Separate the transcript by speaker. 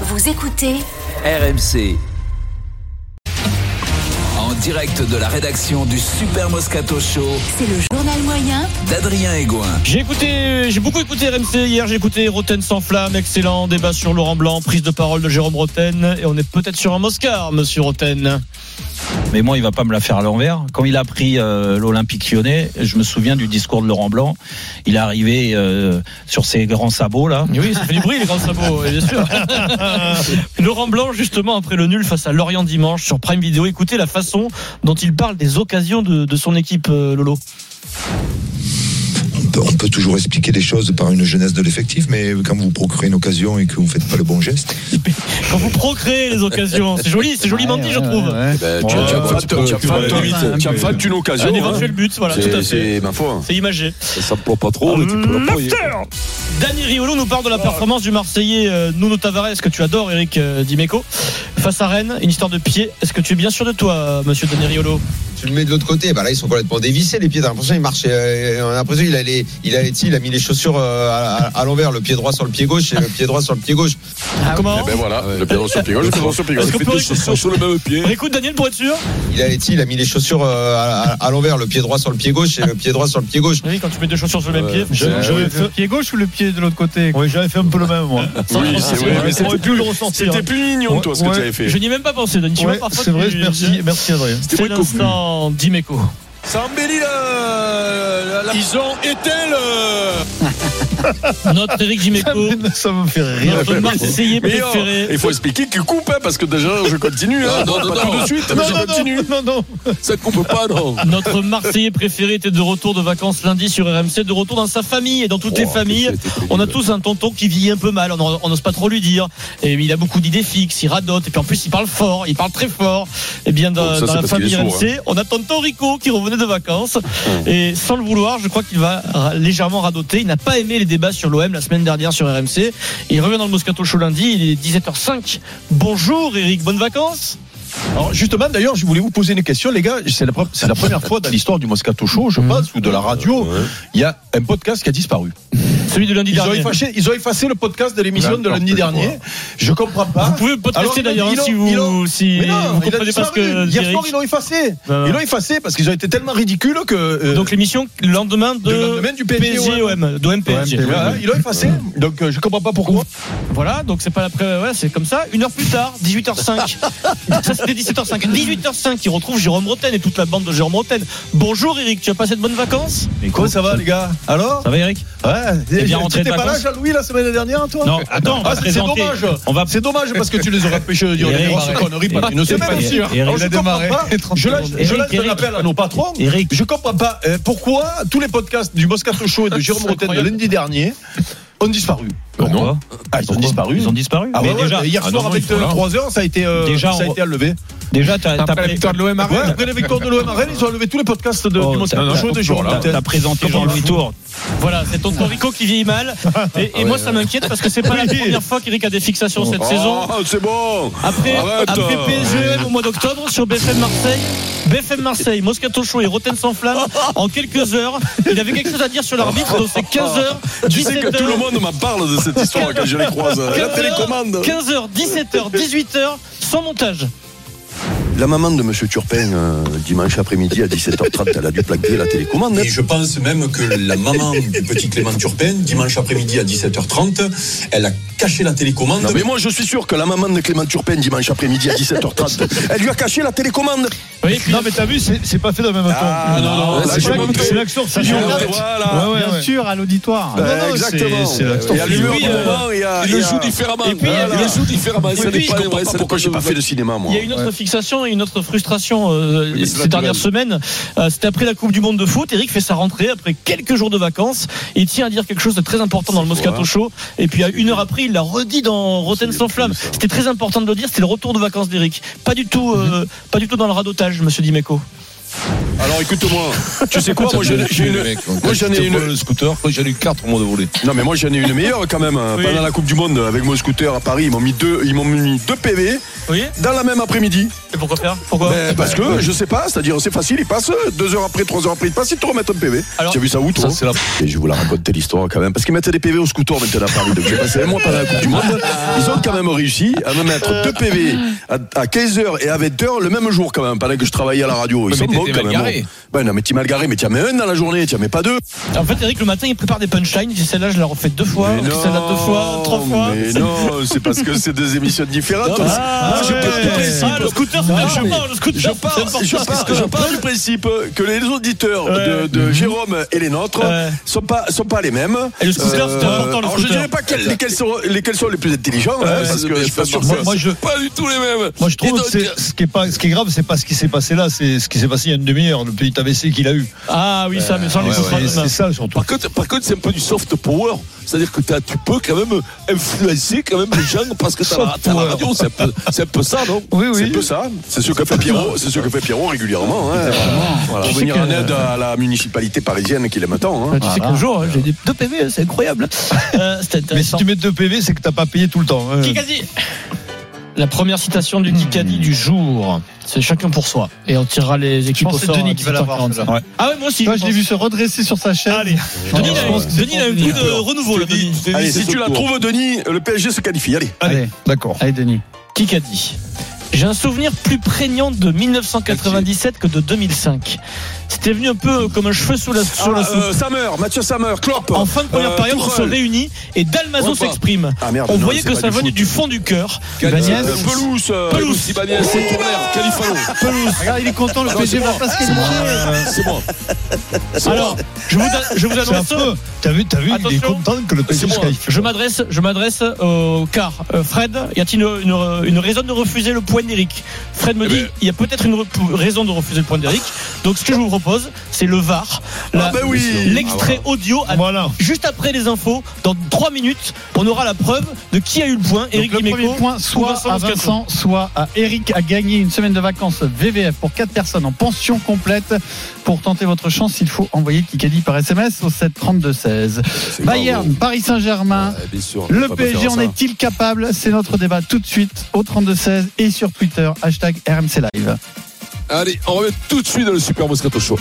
Speaker 1: Vous écoutez
Speaker 2: RMC. En direct de la rédaction du Super Moscato Show
Speaker 1: C'est le journal moyen
Speaker 2: d'Adrien Egoin.
Speaker 3: J'ai écouté, j'ai beaucoup écouté RMC hier. J'ai écouté Roten sans flamme, excellent débat sur Laurent Blanc, prise de parole de Jérôme Roten, et on est peut-être sur un Moscar, Monsieur Roten.
Speaker 4: Mais moi, il va pas me la faire à l'envers. Quand il a pris euh, l'Olympique lyonnais, je me souviens du discours de Laurent Blanc. Il est arrivé euh, sur ses grands sabots, là.
Speaker 3: Et oui, ça fait du bruit les grands sabots, oui, bien sûr. Laurent Blanc, justement, après le nul face à Lorient dimanche sur Prime Video, écoutez la façon dont il parle des occasions de, de son équipe, euh, Lolo.
Speaker 5: On peut- on peut toujours expliquer les choses par une jeunesse de l'effectif, mais quand vous procurez une occasion et que vous ne faites pas le bon geste,
Speaker 3: Quand vous procréez les occasions, c'est joli, c'est joliment dit, je trouve.
Speaker 6: Ben, tu,
Speaker 3: Ouais,
Speaker 6: tu as
Speaker 3: ouais,
Speaker 6: fait-
Speaker 3: tu
Speaker 6: tu
Speaker 3: peux-
Speaker 6: as
Speaker 3: tu
Speaker 6: fait-
Speaker 3: peux-
Speaker 6: tu as fait-
Speaker 3: tu
Speaker 6: tu as fait une occasion.
Speaker 3: Un
Speaker 6: hein.
Speaker 3: éventuel but, voilà, tout
Speaker 6: C'est-
Speaker 3: à fait.
Speaker 6: C'est ma foi. hein.
Speaker 3: C'est imagé.
Speaker 6: Ça ne plaît pas trop, mais tu peux l'employer.
Speaker 3: Dani Riolo nous parle de la performance du Marseillais euh, Nuno Tavares que tu adores, Eric euh, Dimeco, face à Rennes, une histoire de pied. Est-ce que tu es bien sûr de toi, euh, Monsieur Dani Riolo
Speaker 7: Tu le mets de l'autre côté, bah là ils sont complètement dévissés les pieds. T'as l'impression il marchait, euh, on a l'impression il allait, il allait, il a mis les chaussures euh, à, à- à l'envers, le pied droit sur le pied gauche et le pied droit sur le pied gauche.
Speaker 8: Ah
Speaker 3: Comment
Speaker 6: Eh ben voilà, le pied droit sur le pied gauche, le pied droit sur le pied gauche.
Speaker 3: Oh. Est-ce qu'on
Speaker 6: Il fait
Speaker 3: peut
Speaker 6: deux
Speaker 3: réécouter-
Speaker 6: chaussures sur le même
Speaker 8: ben,
Speaker 6: pied.
Speaker 3: Écoute Daniel pour être sûr.
Speaker 7: Il allait, il a mis les chaussures euh, à, à- à l'envers, le pied droit sur le pied gauche et le pied droit sur le pied gauche.
Speaker 3: Oui, quand tu mets deux chaussures sur le même pied.
Speaker 6: c'est-
Speaker 3: je-
Speaker 8: J'avais fait le pied gauche ou le pied de l'autre côté Oui, j'avais fait un peu le même, moi.
Speaker 6: Oui, c'est vrai. mais
Speaker 3: On aurait pu le
Speaker 6: c'était-
Speaker 3: ressentir.
Speaker 6: C'était plus mignon, toi, ce que
Speaker 8: Ouais.
Speaker 6: tu avais fait.
Speaker 3: Je n'y ai même pas pensé, Dani. Tu vois,
Speaker 8: Ouais,
Speaker 3: parfois,
Speaker 8: c'est vrai,
Speaker 3: tu-
Speaker 8: merci, merci Adrien.
Speaker 3: C'est l'instant Dimeco.
Speaker 6: Ça embellit euh, la. Ils ont éteint le.
Speaker 3: Notre Eric Dimeco.
Speaker 8: Ça me fait rire.
Speaker 3: Notre Marseillais
Speaker 6: Mais oh,
Speaker 3: préféré.
Speaker 6: il faut expliquer qu'il coupe, hein, parce que déjà, je continue. hein. pas tout de suite, mais
Speaker 8: Non,
Speaker 6: je
Speaker 8: non,
Speaker 6: continue.
Speaker 8: non, non, non.
Speaker 6: Ça coupe pas, non.
Speaker 3: Notre Marseillais préféré était de retour de vacances lundi sur RMC, de retour dans sa famille et dans toutes les
Speaker 6: Oh,
Speaker 3: familles.
Speaker 6: c'était terrible.
Speaker 3: On a tous un tonton qui vit un peu mal, on n'ose- on n'ose pas trop lui dire. Et il a beaucoup d'idées fixes, il radote, et puis en plus il parle fort, il parle très fort. Et bien dans,
Speaker 6: Donc ça, c'est
Speaker 3: dans la
Speaker 6: parce qu'il
Speaker 3: famille
Speaker 6: est sourd, hein. Mmh.
Speaker 3: RMC, on a tonton Rico qui revenait de vacances. Et sans le vouloir, je crois qu'il va ra- légèrement radoter. Il n'a pas aimé les débats sur l'OM la semaine dernière sur RMC. Il revient dans le Moscato Show lundi, il est 17h05. Bonjour Eric, bonnes vacances
Speaker 9: Alors justement, d'ailleurs, je voulais vous poser une question, les gars. C'est la, pre- c'est la première fois dans l'histoire du Moscato Show,
Speaker 7: Mmh.
Speaker 9: je pense, ou de la radio, il y a un podcast qui a disparu.
Speaker 3: Celui de lundi
Speaker 9: Ils ont,
Speaker 3: dernier.
Speaker 9: effacé, ils ont effacé le podcast de l'émission de lundi dernier. Je comprends pas.
Speaker 3: Vous pouvez podcaster
Speaker 9: Alors, ils
Speaker 3: d'ailleurs
Speaker 9: l'ont-
Speaker 3: hein, si
Speaker 9: ils
Speaker 3: vous,
Speaker 9: l'ont-
Speaker 3: si
Speaker 9: Mais non,
Speaker 3: vous
Speaker 9: il
Speaker 3: comprenez
Speaker 9: a
Speaker 3: pas ce
Speaker 9: disparu.
Speaker 3: que dit
Speaker 9: Hier soir,
Speaker 3: Eric.
Speaker 9: ils l'ont effacé.
Speaker 3: Ben,
Speaker 9: Ils l'ont effacé parce qu'ils ont été tellement ridicules que. euh,
Speaker 3: Donc l'émission le lendemain de
Speaker 9: le lendemain du PSG,
Speaker 3: PSG
Speaker 9: ouais.
Speaker 3: OM, de MPSG.
Speaker 9: Voilà, ils l'ont effacé. Donc euh, je comprends pas pourquoi.
Speaker 3: Voilà, donc c'est pas l'après, ouais, c'est comme ça. Une heure plus tard, 18h05. ça c'était 17h05. 18h05, il retrouve Jérôme Roten et toute la bande de Jérôme Roten. Bonjour Eric, tu as passé de bonnes vacances
Speaker 9: Mais comment ça va, les gars Alors
Speaker 3: Ça va Eric
Speaker 9: Ouais,
Speaker 3: Eh bien
Speaker 9: tu-
Speaker 3: rentré de
Speaker 9: T'étais pas là,
Speaker 3: vacances
Speaker 9: Jean-Louis, la semaine dernière, toi
Speaker 3: Non, attends, on va
Speaker 9: Ah, c'est- c'est
Speaker 3: présenter.
Speaker 9: dommage.
Speaker 3: On va
Speaker 9: C'est dommage parce que tu les aurais empêchés de dire des
Speaker 3: Eric,
Speaker 9: grosses conneries parce qu'ils ne sont
Speaker 3: Eric,
Speaker 9: pas
Speaker 3: Eric,
Speaker 9: sûrs.
Speaker 3: Eric,
Speaker 9: Alors,
Speaker 3: il
Speaker 9: Je
Speaker 3: a
Speaker 9: comprends
Speaker 3: démarré.
Speaker 9: pas. Je lâche je
Speaker 3: Eric,
Speaker 9: lâche
Speaker 3: Eric.
Speaker 9: un appel à nos patrons.
Speaker 3: Eric.
Speaker 9: Je comprends pas euh, pourquoi tous les podcasts du Moscato Show et de Jérôme Rotten de lundi dernier ont disparu.
Speaker 3: Pourquoi
Speaker 9: Ah, ils ont disparu.
Speaker 3: Ils ont disparu.
Speaker 9: Ah ouais,
Speaker 3: Mais
Speaker 9: ouais,
Speaker 3: déjà,
Speaker 9: mais hier
Speaker 3: ah,
Speaker 9: soir
Speaker 3: non,
Speaker 9: avec
Speaker 3: ils sont là.
Speaker 9: 3 heures, ça a été euh,
Speaker 3: Déjà,
Speaker 9: ça a
Speaker 3: on-
Speaker 9: été enlevé.
Speaker 3: déjà t'as t'as pré-
Speaker 8: de l'OM
Speaker 9: Ouais, après la victoire de l'OM à Rennes, ils ont enlevé tous les podcasts de-
Speaker 3: Oh,
Speaker 9: du
Speaker 3: t'as-
Speaker 9: Moscato Show et
Speaker 3: t'as-
Speaker 9: de Jérôme
Speaker 3: t'as-
Speaker 9: Rotten.
Speaker 3: t'as présenté
Speaker 9: Comment
Speaker 3: Jean-Louis Tour. Voilà, c'est tonton Rico qui vieillit mal. Et, et
Speaker 6: Ah
Speaker 3: moi, ça m'inquiète parce que c'est pas la
Speaker 9: Oui.
Speaker 3: première fois qu'Eric a des fixations cette saison.
Speaker 6: Oh, c'est bon.
Speaker 3: Après,
Speaker 6: Arrête.
Speaker 3: après PSGM au mois d'octobre sur BFM Marseille. BFM Marseille, Moscato Show et Rotten sans flamme en quelques heures. Il avait quelque chose à dire sur l'arbitre dans ces 15 heures,
Speaker 6: Tu sais que
Speaker 3: 17
Speaker 6: tout le
Speaker 3: heures.
Speaker 6: monde m'en parle de cette histoire quand je les croise. hein. La
Speaker 3: 15 euh, heures,
Speaker 6: télécommande.
Speaker 3: 15 heures, 17 heures, 18 heures, sans montage.
Speaker 10: La maman de M. Turpin, euh, dimanche après-midi à 17h30, elle a dû plaquer la
Speaker 6: hein.
Speaker 10: télécommande.
Speaker 11: Et je pense même que la maman du petit Clément Turpin, dimanche après-midi à 17h30, elle a caché la télécommande.
Speaker 10: Non, mais moi, je suis sûr que la maman de Clément Turpin, dimanche après-midi à 17h30, elle lui a caché la télécommande.
Speaker 3: Oui, puis-
Speaker 8: Non, mais t'as vu, c'est c'est pas fait dans le même temps.
Speaker 6: Ah, non, non, là,
Speaker 8: c'est
Speaker 6: j'ai
Speaker 8: ça-
Speaker 6: montré.
Speaker 8: c'est l'action
Speaker 6: Je
Speaker 8: surprise.
Speaker 6: montre, Voilà.
Speaker 8: Ouais, ouais, Bien
Speaker 9: ouais. Bah,
Speaker 8: sûr, à l'auditoire.
Speaker 6: Ben,
Speaker 8: Ah, Non, non, c'est-
Speaker 6: exactement.
Speaker 8: c'est l'action
Speaker 6: Il y a l'humeur
Speaker 3: Oui,
Speaker 6: du
Speaker 3: euh,
Speaker 6: moment, il
Speaker 11: Ah,
Speaker 6: y a-
Speaker 3: il
Speaker 6: il
Speaker 3: le
Speaker 6: le
Speaker 3: joue
Speaker 6: joue différemment. Ah,
Speaker 3: Et puis, il y a-
Speaker 6: Il le joue différemment.
Speaker 3: Et
Speaker 6: Ça
Speaker 3: puis,
Speaker 6: n'est
Speaker 3: je
Speaker 6: pas-
Speaker 10: comprends
Speaker 6: ouais,
Speaker 10: pas
Speaker 6: ça
Speaker 10: pourquoi
Speaker 6: n'est
Speaker 10: j'ai pas fait de cinéma, moi.
Speaker 3: Il y a une autre fixation et une autre frustration euh,
Speaker 6: mais c'est
Speaker 3: ces
Speaker 6: naturel.
Speaker 3: dernières semaines. Euh, C'était après la Coupe du Monde de foot. Eric fait sa rentrée après quelques jours de vacances. Il tient à dire quelque chose de très important dans le Moscato Show. Et puis à une heure après, il l'a redit dans Rotten sans flamme. C'était très important
Speaker 11: Mhm.
Speaker 3: de le dire. C'était le retour de vacances d'Eric. Pas du tout, euh, pas du tout dans le radotage, Monsieur Dimeco.
Speaker 11: Alors écoute-moi, tu sais quoi,
Speaker 9: Ça
Speaker 11: moi j'en
Speaker 9: peut
Speaker 11: ai- j'ai
Speaker 9: tuer
Speaker 11: une.
Speaker 9: le mec, donc,
Speaker 11: Moi j'en ai
Speaker 9: tu te
Speaker 11: une.
Speaker 9: prends le scooter, moi, j'en ai eu quatre au moment de voler.
Speaker 11: Non mais moi j'en ai une meilleure quand même. hein.
Speaker 3: Oui.
Speaker 11: Pendant la Coupe du Monde avec mon scooter à Paris, ils m'ont mis deux, ils m'ont mis deux PV
Speaker 3: Oui
Speaker 11: dans la même après-midi.
Speaker 3: Et pourquoi faire Pourquoi
Speaker 11: Ben, parce que je sais pas, c'est-à-dire c'est facile, ils passent deux heures après, trois heures après, ils passent, ils te remettent un PV.
Speaker 3: Alors-
Speaker 11: tu as vu ça où toi
Speaker 9: Ça, c'est la-
Speaker 8: Bah,
Speaker 11: Et je vous la raconte telle histoire quand même, parce qu'ils mettaient des PV au scooter maintenant à Paris. Donc j'ai passé un mois pendant la Coupe du Monde. Ils ont quand même réussi à me mettre deux PV à, 15h et à 20h le même jour quand même, pendant que je travaillais à la radio. Ils
Speaker 4: Mais
Speaker 11: sont
Speaker 4: t'étais
Speaker 11: bons quand
Speaker 4: mal
Speaker 11: même.
Speaker 4: garé.
Speaker 11: hein. Ben non mais t'es mal garé, mais t'y en mets un dans la journée, t'y en mets pas deux.
Speaker 3: En fait, Eric, le matin, il prépare des punchlines. Il dit celle-là, je la refais deux fois.
Speaker 11: Mais
Speaker 3: puis Celle-là, deux fois, trois fois.
Speaker 11: Mais non, c'est parce que c'est deux émissions différentes.
Speaker 3: Ah,
Speaker 11: Moi, je
Speaker 3: ouais.
Speaker 11: pars du principe.
Speaker 3: Ah, le scooter, c'est important, le scooter,
Speaker 11: Je
Speaker 3: c'est
Speaker 11: pars,
Speaker 3: important.
Speaker 11: je pars- je pars du principe que les auditeurs de,
Speaker 6: Mhm.
Speaker 11: de Jérôme et les nôtres
Speaker 3: Ouais.
Speaker 11: sont pas sont pas les mêmes. Euh,
Speaker 3: Et le scooter, c'est important, le
Speaker 11: alors je
Speaker 3: scooter.
Speaker 11: dirais pas quels- lesquels sont lesquels sont les plus intelligents hein, parce que je suis pas sûr que
Speaker 8: Moi,
Speaker 11: ça-
Speaker 8: moi, je,
Speaker 6: Pas du tout les mêmes.
Speaker 8: moi, je
Speaker 6: Et
Speaker 8: trouve
Speaker 6: donc, euh,
Speaker 8: que c'est- ce qui est pas, ce qui est grave, c'est pas ce qui s'est passé là, c'est ce qui s'est passé il y a une demi-heure, le petit AVC qu'il a eu.
Speaker 3: Ah oui, ça, mais sans les
Speaker 8: C'est-
Speaker 3: contraintes.
Speaker 8: c'est ça surtout.
Speaker 6: Par contre, par contre, c'est un peu du soft power. C'est-à-dire que t'as- tu peux quand même influencer quand même les gens parce que t'as la, t'as la radio. C'est un, peu- c'est un peu ça, non
Speaker 8: Oui,
Speaker 11: C'est un peu ça. C'est ce que fait Pierrot, c'est ce que fait Pierrot régulièrement. hein. Voilà.
Speaker 3: Tu sais
Speaker 11: Venir
Speaker 3: que-
Speaker 11: en aide à la municipalité parisienne qui l'aime tant. hein.
Speaker 3: Tu sais qu'un jour, hein, j'ai des- deux PV, c'est incroyable. Euh, C'était
Speaker 8: Mais si
Speaker 3: intéressant.
Speaker 8: tu mets deux PV, c'est que t'as pas payé tout le temps. hein.
Speaker 3: Kikadi La première citation du
Speaker 8: Hmm.
Speaker 3: Kikadi du jour, c'est chacun pour soi. Et on tirera les équipes
Speaker 8: pense
Speaker 3: au
Speaker 8: que c'est
Speaker 3: sort.
Speaker 8: Denis
Speaker 3: à
Speaker 8: qui va l'avoir,
Speaker 3: 18h45.
Speaker 4: celle-là. Ouais.
Speaker 3: Ah ouais, moi aussi.
Speaker 8: Toi,
Speaker 3: je
Speaker 8: je l'ai
Speaker 3: pense.
Speaker 8: vu se redresser sur sa chaîne.
Speaker 3: Allez. Denis, il a-
Speaker 8: Euh, je pense que c'est
Speaker 3: Denis, il a un coup de renouveau, le Denis.
Speaker 11: Allez,
Speaker 6: Allez,
Speaker 11: si tu la trouves, Denis, le PSG se qualifie. Allez.
Speaker 8: Allez, d'accord.
Speaker 3: Allez, Denis. Kikadi. J'ai un souvenir plus prégnant de 1997 que de 2005. C'était venu un peu comme un cheveu sous la, sur
Speaker 11: Ah,
Speaker 3: la soupe.
Speaker 11: euh, Sammer, Mathieu Sammer, Klopp.
Speaker 3: En fin de première
Speaker 11: euh,
Speaker 3: période, on se
Speaker 11: Tourelle.
Speaker 3: réunit et Dalmazo
Speaker 11: Ouais, pas.
Speaker 3: s'exprime.
Speaker 11: Ah, merde,
Speaker 3: on
Speaker 11: non,
Speaker 3: voyait
Speaker 11: c'est
Speaker 3: que
Speaker 11: pas
Speaker 3: ça
Speaker 11: du
Speaker 3: venait
Speaker 11: foot.
Speaker 3: du fond du cœur.
Speaker 8: Ibanez.
Speaker 11: Euh, Pelouse. euh,
Speaker 3: Pelouse. Oh, bah,
Speaker 6: Ibanez, c'est Tournaire, Califano.
Speaker 3: Ah,
Speaker 8: Regarde, il est content, le
Speaker 11: Non,
Speaker 8: PSG
Speaker 11: c'est
Speaker 8: va
Speaker 11: bon.
Speaker 8: pas se qualifier.
Speaker 6: C'est moi.
Speaker 3: Alors, je vous, je vous
Speaker 8: C'est un
Speaker 3: annonce.
Speaker 8: peu. T'as vu, t'as vu, il est
Speaker 3: Attention.
Speaker 8: content que le
Speaker 3: C'est
Speaker 8: PSG se
Speaker 3: moi.
Speaker 8: qualifie.
Speaker 3: Je m'adresse, je m'adresse au car. Euh, Fred, y a-t-il une, une- une raison de refuser le point d'Eric Fred me dit, il y a peut-être une re- raison de refuser le point d'Eric. Donc ce que je vous propose, c'est le VAR, la-
Speaker 11: Ah, ben oui.
Speaker 3: l'extrait audio. à-
Speaker 8: Ah, Voilà.
Speaker 3: Juste après les infos, dans 3 minutes, on aura la preuve de qui a eu le point. Eric
Speaker 8: Donc, le
Speaker 3: Dimeco
Speaker 8: premier point,
Speaker 3: ou
Speaker 8: soit
Speaker 3: Vincent
Speaker 8: à
Speaker 3: Moscato.
Speaker 8: Vincent, soit à Eric, a gagné une semaine de vacances VVF pour quatre personnes en pension complète. Pour tenter votre chance, il faut envoyer Kikadi par SMS au 7 32 16. Bayern, Paris Saint-Germain,
Speaker 11: Ah, bien sûr.
Speaker 8: le PSG en est-il capable C'est notre débat tout de suite au 32 16 et sur Twitter hashtag RMC Live.
Speaker 6: Allez, on remet tout de suite dans le Super Moscato Show.